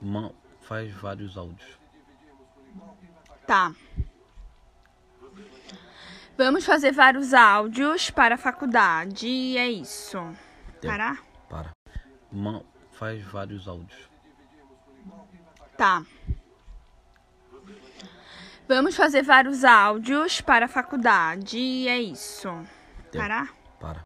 ma- faz vários áudios. Tá. Vamos fazer vários áudios para a faculdade e é isso. Tem- Parar? Para. Ma- faz vários áudios. Tá. Vamos fazer vários áudios para a faculdade e é isso. Tem- Parar?